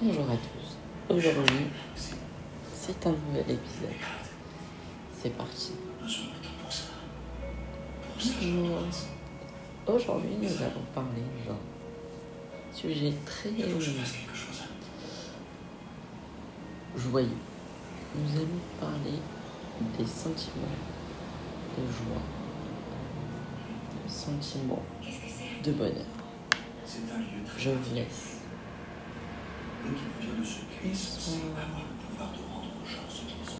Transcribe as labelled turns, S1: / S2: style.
S1: Bonjour à tous. Aujourd'hui, c'est un nouvel épisode. C'est parti. Bonjour. Aujourd'hui, nous allons parler d'un sujet très joyeux. Nous allons parler des sentiments de joie, des sentiments de bonheur.
S2: C'est un lieu très
S1: Je vous laisse.
S2: qui vient de se créer sans avoir le pouvoir de